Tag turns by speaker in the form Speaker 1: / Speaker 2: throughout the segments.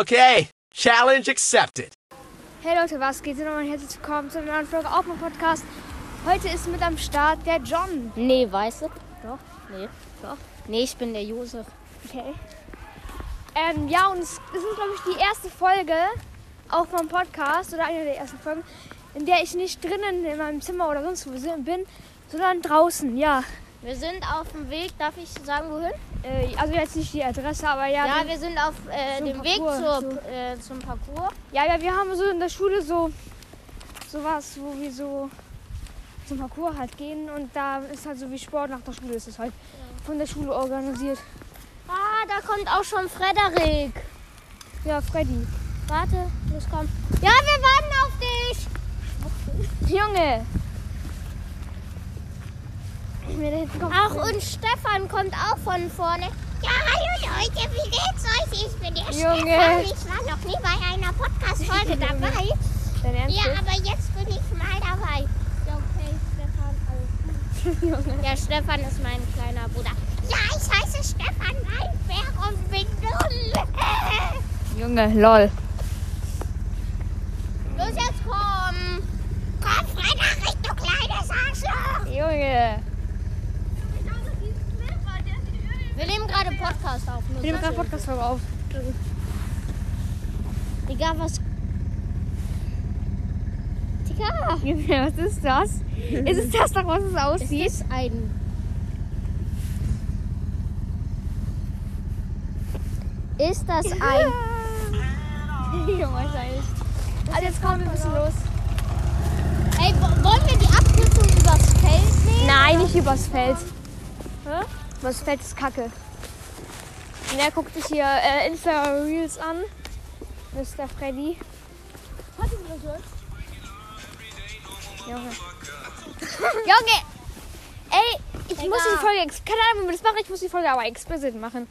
Speaker 1: Okay, challenge accepted.
Speaker 2: Hey Leute, was geht? Und nochmal herzlich willkommen zu einer neuen Folge auf meinem Podcast. Heute ist mit am Start der John.
Speaker 3: Nee, weißt du?
Speaker 2: Doch.
Speaker 3: Nee.
Speaker 2: Doch.
Speaker 3: Nee, ich bin der Josef.
Speaker 2: Okay. Ähm, ja, und es es ist, glaube ich, die erste Folge auf meinem Podcast oder eine der ersten Folgen, in der ich nicht drinnen in meinem Zimmer oder sonst wo si- bin, sondern draußen, ja.
Speaker 3: Wir sind auf dem Weg, darf ich sagen, wohin?
Speaker 2: Äh, also jetzt nicht die Adresse, aber ja.
Speaker 3: Ja,
Speaker 2: den-
Speaker 3: wir sind auf äh,
Speaker 2: Zum
Speaker 3: dem Weg
Speaker 2: Parcours,
Speaker 3: zur,
Speaker 2: so.
Speaker 3: äh, zum Parcours.
Speaker 2: Ja, ja, wir haben so in der Schule so sowas, wo wir so zum Parcours halt gehen und da ist halt so wie Sport nach der Schule ist es halt von der Schule organisiert.
Speaker 3: Ah, da kommt auch schon Frederik.
Speaker 2: Ja, Freddy.
Speaker 3: Warte, muss kommen. Ja, wir warten auf dich.
Speaker 2: Junge! Mir da hinten kommt
Speaker 3: Ach, und Stefan kommt auch von vorne.
Speaker 4: Ja, hallo Leute, wie geht's euch? Ich bin der
Speaker 2: Junge.
Speaker 4: Stefan. Ich war noch nie bei einer Podcast-Folge dabei.
Speaker 2: dein Ernst.
Speaker 4: Ja,
Speaker 2: jetzt?
Speaker 4: aber jetzt bin ich mal dabei. Ja, okay, Stefan, alles gut.
Speaker 3: Ja, Stefan ist mein kleiner Bruder.
Speaker 4: Ja, ich heiße Stefan Weinberg und bin null.
Speaker 2: Junge, lol.
Speaker 3: Los, jetzt komm.
Speaker 4: Komm, Frederik, du kleines Arschloch.
Speaker 2: Junge.
Speaker 3: Wir nehmen gerade Podcast auf.
Speaker 2: Ich nehme gerade Podcast-Folge auf.
Speaker 3: Egal was. Digga,
Speaker 2: Junge, was ist das? Ist es das nach was es aussieht?
Speaker 3: ist ein. Ist das ein?
Speaker 2: Junge, scheiße. Also jetzt kommen wir ein bisschen los.
Speaker 3: Ey, wo- wollen wir die Abkürzung übers Feld nehmen?
Speaker 2: Nein, nicht übers Feld. Hä? Übers Feld ist Kacke. Na, guck dich hier äh, Insta-Reels an. Mr. Freddy. Junge. Junge! Ey, ich muss die Folge, ex- keine Ahnung, wie wir das machen, ich muss die Folge aber explicit machen.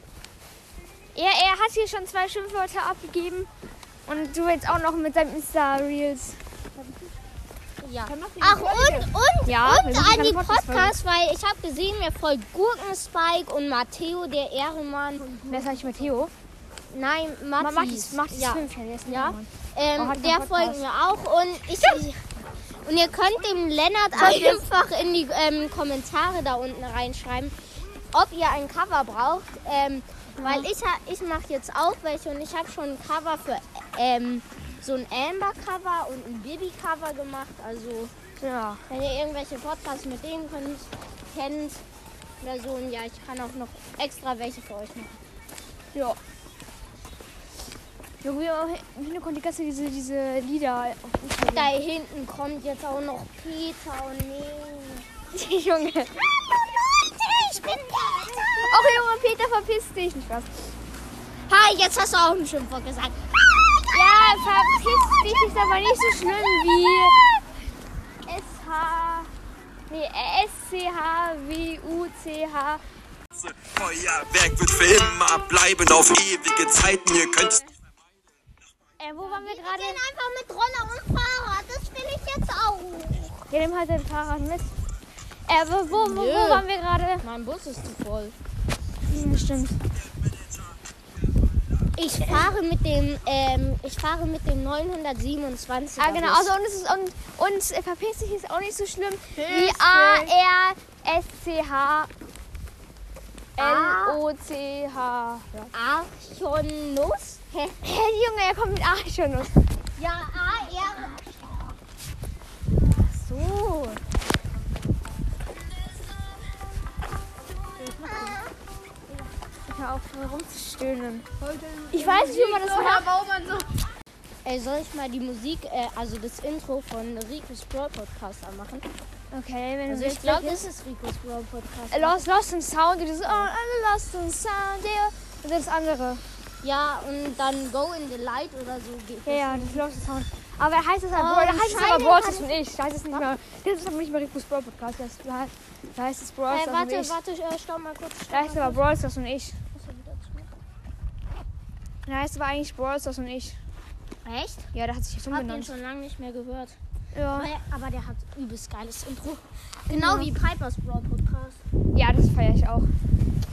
Speaker 2: Er, er hat hier schon zwei Schimpfwörter abgegeben und du jetzt auch noch mit deinem Insta-Reels.
Speaker 3: Ja. Ach und und
Speaker 2: Ja, wir
Speaker 3: und
Speaker 2: sind
Speaker 3: an
Speaker 2: keine
Speaker 3: die
Speaker 2: Podcast-Folge.
Speaker 3: Podcast, weil ich habe gesehen, mir folgt Gurkenspike und Matteo der Ehrenmann.
Speaker 2: Wer ist eigentlich Matteo?
Speaker 3: Nein,
Speaker 2: Man macht
Speaker 3: Matthias.
Speaker 2: das, macht das
Speaker 3: ja.
Speaker 2: Filmfan, der ist ein
Speaker 3: Ja.
Speaker 2: Mann. Oh,
Speaker 3: Ähm,
Speaker 2: hat keinen
Speaker 3: der
Speaker 2: Podcast.
Speaker 3: folgt mir auch und ich, ich und ihr könnt dem Lennart einfach in die ähm, Kommentare da unten reinschreiben, ob ihr ein Cover braucht, ähm, weil ich ha- ich mache jetzt auch welche und ich habe schon ein Cover für ähm, so ein Amber Cover und ein Baby Cover gemacht, also
Speaker 2: Ja.
Speaker 3: wenn ihr irgendwelche Podcasts mit denen könnt, kennt oder so und ja, ich kann auch noch extra welche für euch machen.
Speaker 2: Ja. Junge, wir haben auch im Hintergrund die ganze diese, diese Lieder.
Speaker 3: Da hinten kommt jetzt auch noch Peter und Nemo.
Speaker 2: Junge. Auch
Speaker 4: Ich bin Peter.
Speaker 2: Junge, Peter, verpiss dich. Nicht was.
Speaker 3: Hi, jetzt hast du auch ein Schimpfwort gesagt.
Speaker 2: Ja, verpiss dich ist aber nicht so schlimm
Speaker 3: äh,
Speaker 2: wie SH. Nee, S-C-H-W-U-C-H.
Speaker 5: Feuerwerk wird für immer bleiben auf ewige Zeiten. Ihr könnt's
Speaker 2: Äh, wo waren wir
Speaker 4: Wir
Speaker 2: gerade?
Speaker 4: gehen einfach mit Roller und Fahrrad. Das will ich jetzt auch.
Speaker 2: Wir nehmen halt dein Fahrrad mit. Äh, wo, wo, wo, wo
Speaker 3: Nö.
Speaker 2: waren wir gerade?
Speaker 3: Mein Bus ist zu voll.
Speaker 2: Hm, stimmt.
Speaker 3: Ich fahre mit dem, ähm, ich fahre mit dem 927.
Speaker 2: Ah, genau. Also, und, es ist, und, und äh, verpiss dich ist auch nicht so schlimm wie A-R-S-C-H-L-O-C-H.
Speaker 3: Archonus? Hä?
Speaker 2: Hä, Junge, er kommt mit Archonus.
Speaker 3: Ja, A, R.
Speaker 2: So. Ich hör auf, rumzustöhnen. Ich weiß nicht, wie man das macht.
Speaker 3: Ey, soll ich mal die Musik, äh, also das Intro von Rico's Brawl Podcast anmachen?
Speaker 2: Okay, wenn du
Speaker 3: Also ich
Speaker 2: willst.
Speaker 3: glaube, das ist Äh, Rico's Brawl Podcast.
Speaker 2: Lost, lost in Sound. Und das, oh, alle Lost in Sound. Yeah. Und das andere.
Speaker 3: Ja, und dann Go in the Light oder so geht
Speaker 2: Ja,
Speaker 3: das.
Speaker 2: ja, das Lost in Sound. Aber er heißt es aber, da
Speaker 3: Oh,
Speaker 2: heißt es aber
Speaker 3: scheiße,
Speaker 2: Broadcast und ich. Da heißt es nicht mehr. Das ist aber nicht mehr Rico's Brawl Podcast. Das, da, da heißt es
Speaker 3: Ey,
Speaker 2: Broadcast und
Speaker 3: Äh, warte,
Speaker 2: ich.
Speaker 3: warte, äh, stopp mal kurz. Stopp
Speaker 2: Da heißt es
Speaker 3: mal
Speaker 2: aber Broadcast und ich.
Speaker 3: kurz.
Speaker 2: Da heißt es aber eigentlich Broadcast und ich.
Speaker 3: Echt?
Speaker 2: Ja, da hat sich jetzt
Speaker 3: Hab den
Speaker 2: umgenannt.
Speaker 3: schon lange nicht mehr gehört.
Speaker 2: Ja.
Speaker 3: Aber, aber der hat übelst geiles Intro. Genau wie Pipers Brawl Podcast.
Speaker 2: Ja, das feiere ich auch.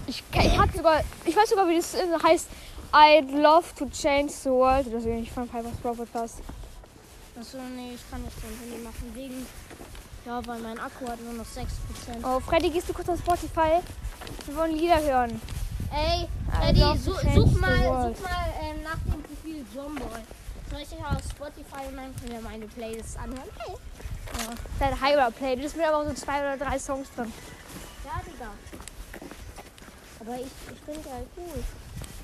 Speaker 2: Ich, ich, hab sogar, ich weiß sogar, wie das äh, heißt. I'd love to change the world. Das ist nicht von Piper's Proper Pass.
Speaker 3: Achso, nee, ich kann nicht so ein Handy machen wegen. Ja, weil mein Akku hat nur noch 6%.
Speaker 2: Oh, Freddy, gehst du kurz auf Spotify? Wir wollen Lieder hören.
Speaker 3: Ey,
Speaker 2: love
Speaker 3: Freddy,
Speaker 2: to
Speaker 3: su
Speaker 2: change
Speaker 3: such
Speaker 2: the
Speaker 3: mal,
Speaker 2: world.
Speaker 3: such mal ähm, nach dem Profil Zomboy. Soll ich dich auf Spotify und dann können wir meine Playlist anhören? Ey.
Speaker 2: Dein Hyper Play. Das sind aber so zwei oder drei Songs drin.
Speaker 3: Ja, Digga. Aber ich, ich bin geil cool.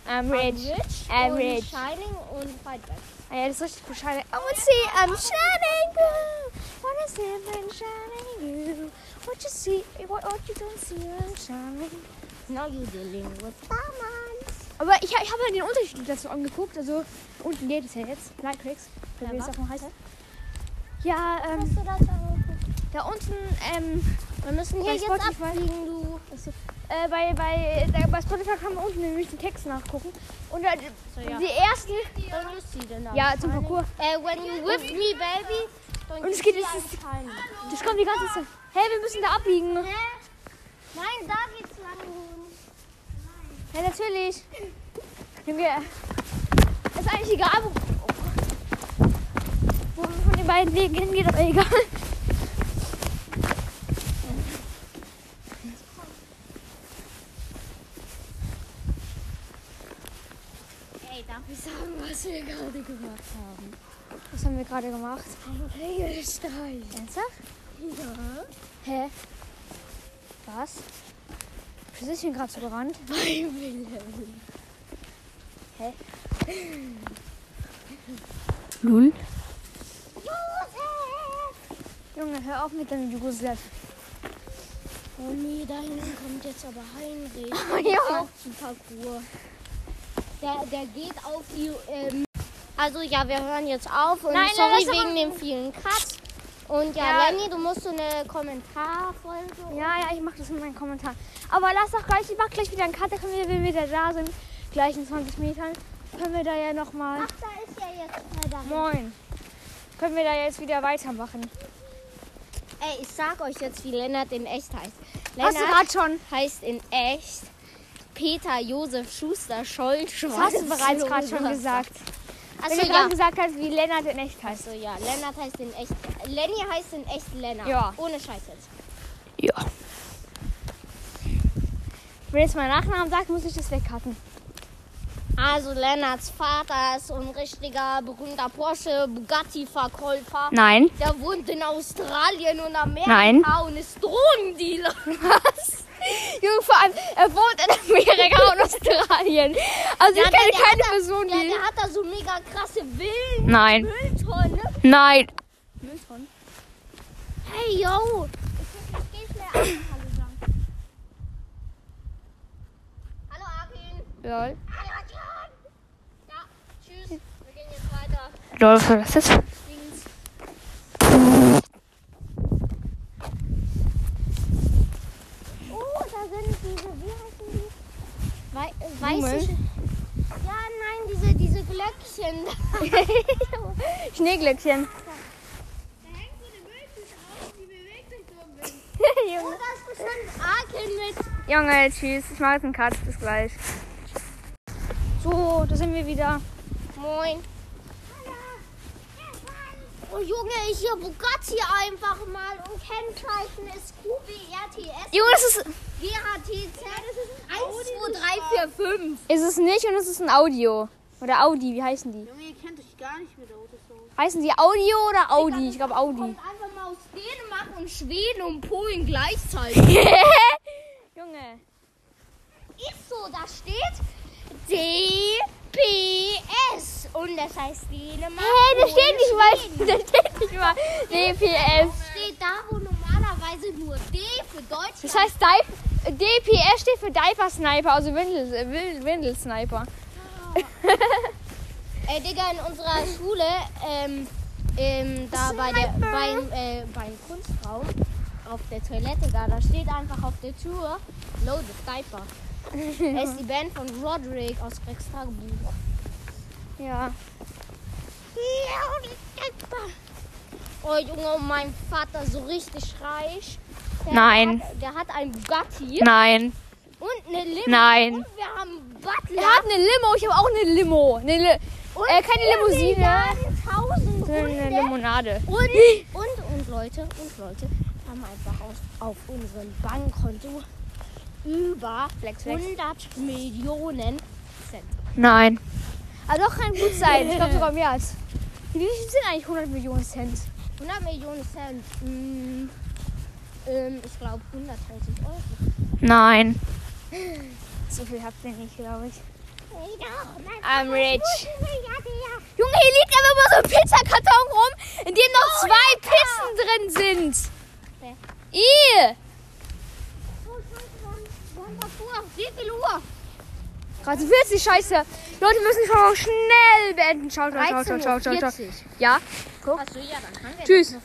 Speaker 2: I'm
Speaker 3: I'm
Speaker 2: rich.
Speaker 3: rich,
Speaker 2: I'm
Speaker 3: und
Speaker 2: rich.
Speaker 3: Shining und Fight Back.
Speaker 2: Ah ja, das ist richtig cool. Shining. I would see I'm um, shining girl. What is it when shining you? What you see, what, what you don't see, I'm shining.
Speaker 3: Now you dealing with diamonds.
Speaker 2: Aber ich, ich habe mir den Unterschied dazu angeguckt. Also unten geht es ja jetzt. Lightricks. Oder Wie es auch mal heißt. Ja, ähm,
Speaker 3: Hast du das angeguckt?
Speaker 2: da unten, ähm,
Speaker 3: Wir müssen hier
Speaker 2: Bei
Speaker 3: jetzt
Speaker 2: Spotify?
Speaker 3: abfliegen, du.
Speaker 2: äh, bei, bei, da, bei Spotify kann man unten nämlich den Text nachgucken. Und da,
Speaker 3: ja.
Speaker 2: die ersten,
Speaker 3: Dann ist sie denn da.
Speaker 2: ja, zum Parcours.
Speaker 3: Äh, when you whip me, baby. don't
Speaker 2: Und es
Speaker 3: you
Speaker 2: geht
Speaker 3: see
Speaker 2: jetzt-
Speaker 3: I'm shining.
Speaker 2: Das kommt die ganze Zeit. Hey, wir müssen da abbiegen.
Speaker 4: Nein, da geht's lang. hin.
Speaker 2: Ja, natürlich. Junge, ist eigentlich egal, wo, wo man von den beiden Wegen hingeht, aber egal.
Speaker 3: Ey, darf ich sagen, was wir gerade gemacht haben?
Speaker 2: Was haben wir gerade gemacht?
Speaker 3: Regelstein.
Speaker 2: Ernsthaft?
Speaker 3: Ja.
Speaker 2: Hä? Was? Was ist denn gerade so gerannt?
Speaker 3: Bei Wilhelm.
Speaker 2: Junge, hör auf mit deinem Jugoslev.
Speaker 3: Oh nee, da hinten kommt jetzt aber Heinrich.
Speaker 2: Junge.
Speaker 3: Auch zum Parcours. Der, der geht auf die. Ähm also ja, wir hören jetzt auf und
Speaker 2: Nein,
Speaker 3: sorry
Speaker 2: nein, das
Speaker 3: wegen dem vielen Cut. Und ja,
Speaker 2: Ja.
Speaker 3: Lenny, du musst so eine Kommentarfolge.
Speaker 2: Ja, ja, ich mach das in meinen Kommentaren. Aber lass doch gleich, ich mach gleich wieder einen Cut, da können wir, wenn wir wieder da sind, gleich in 20 Metern, können wir da ja nochmal.
Speaker 4: Ach, da ist ja jetzt mal da.
Speaker 2: Moin. Können wir da jetzt wieder weitermachen?
Speaker 3: Ey, ich sag euch jetzt, wie Lennart in echt heißt.
Speaker 2: Hast
Speaker 3: Lennart
Speaker 2: du gerade schon?
Speaker 3: heißt in echt Peter Josef Schuster Scholz
Speaker 2: Das hast du bereits gerade schon gesagt. Wenn
Speaker 3: Also
Speaker 2: du gerade
Speaker 3: ja.
Speaker 2: gesagt hast, wie Lennart in echt heißt.
Speaker 3: Also ja, Lennart heißt in echt. Lenny heißt in echt Lennart.
Speaker 2: Ja.
Speaker 3: Ohne Scheiß jetzt.
Speaker 2: Wenn jetzt mein Nachnamen sagt, muss ich das wegcutten.
Speaker 3: Also Lennarts Vater ist so ein richtiger berühmter Porsche Bugatti-Verkäufer.
Speaker 2: Nein.
Speaker 3: Der wohnt in Australien und Amerika
Speaker 2: Nein.
Speaker 3: und ist Drogendealer.
Speaker 2: Was? Junge, vor allem, er wohnt in Amerika und Australien. Also
Speaker 3: Ja,
Speaker 2: ich kenne
Speaker 3: der- der
Speaker 2: keine Person,
Speaker 3: Ja,
Speaker 2: die...
Speaker 3: der hat da so mega krasse Villen.
Speaker 2: Nein.
Speaker 3: Mülltonne.
Speaker 2: Nein.
Speaker 3: Hey, yo.
Speaker 4: Ich geh schnell an. Hallo, sagen.
Speaker 3: Hallo, Arkin.
Speaker 2: Lol.
Speaker 4: Hallo, John.
Speaker 3: Ja, tschüss. Wir gehen jetzt weiter.
Speaker 2: Lol, was ist das?
Speaker 3: Links.
Speaker 4: Oh, da sind diese, wie heißen die?
Speaker 3: Wei äh, weiße
Speaker 2: Blumen?
Speaker 3: Sch- Ja, nein, diese, diese Glöckchen.
Speaker 2: Schneeglöckchen.
Speaker 4: Da hängt so eine Mülltüte auf, die bewegt sich so ein bisschen.
Speaker 2: Junge.
Speaker 3: das ist bestimmt Arkin mit.
Speaker 2: Junge, tschüss. Ich mache jetzt einen Cut. Bis gleich. So, da sind wir wieder.
Speaker 3: Moin. Oh Junge, ich hier Bugatti einfach mal und Kennzeichen ist QBRTS
Speaker 2: Junge, das ist...
Speaker 3: GHTZ 1, 2, 3, 4, 5.
Speaker 2: Ist es nicht und es ist ein Audio. Oder Audi, wie heißen die?
Speaker 6: Junge, ihr kennt euch gar nicht mit Autosong.
Speaker 2: Heißen die Audio oder Audi? Ich glaube Audi.
Speaker 3: Kommt einfach mal aus Dänemark und Schweden und Polen gleichzeitig.
Speaker 2: Junge.
Speaker 3: ist so, da steht DPS und das heißt Dänemark.
Speaker 2: Hey, das
Speaker 3: Polen,
Speaker 2: steht nicht mal. Das steht nicht mal. DPS.
Speaker 3: steht da, wo normalerweise nur D für Deutschland.
Speaker 2: Das heißt, Dip- DPS steht für Diaper Sniper, also Windel, äh, Windel, Windel Sniper.
Speaker 3: Ey, Äh, Digga, in unserer Schule, ähm, ähm, da bei der, beim, äh, beim Kunstraum, auf der Toilette, da, da steht einfach auf der Tür Loaded Diaper. Das ist die Band von Roderick aus Gregs Tagebuch.
Speaker 2: Ja.
Speaker 3: Loaded Diaper. Oh Junge, mein Vater so richtig reich. Der
Speaker 2: Nein.
Speaker 3: Hat, der hat einen Bugatti
Speaker 2: Nein.
Speaker 3: und eine Limo.
Speaker 2: Nein.
Speaker 3: Und wir haben
Speaker 2: Er
Speaker 3: Butler.
Speaker 2: hat eine Limo, ich habe auch eine Limo. Eine Li
Speaker 3: Und
Speaker 2: äh, keine
Speaker 3: wir
Speaker 2: Limousine,
Speaker 3: werden Tausend
Speaker 2: sondern eine
Speaker 3: Hunde.
Speaker 2: Limonade.
Speaker 3: Und, und, und Leute, und Leute, wir haben einfach auf, auf unserem Bankkonto über
Speaker 2: Flex, flex.
Speaker 3: 100 Millionen Cent.
Speaker 2: Nein. Aber doch kann gut sein. Ich glaube sogar mehr als. Wie viel sind eigentlich 100 Millionen Cent?
Speaker 3: 100 Millionen Cent. Mm, ähm, ich glaube 100.000 Euro.
Speaker 2: Nein. So viel habt ihr nicht, glaube ich.
Speaker 3: Ich auch. Mein
Speaker 2: I'm rich.
Speaker 3: Milliardär.
Speaker 2: Junge, hier liegt aber immer so ein Pizzakarton rum, in dem noch zwei Pizzen drin sind.
Speaker 3: Wer?
Speaker 2: Ihr!
Speaker 3: So, Entschuldigung. Wann Uhr? Wie viel Uhr?
Speaker 2: Gerade 40, scheiße. Leute, wir müssen die Folge auch schnell beenden. Ciao, ciao, ciao, ciao, ciao, ciao.
Speaker 3: 13:40.
Speaker 2: Ja,
Speaker 3: Achso, ja, dann haben wir
Speaker 2: tschüss.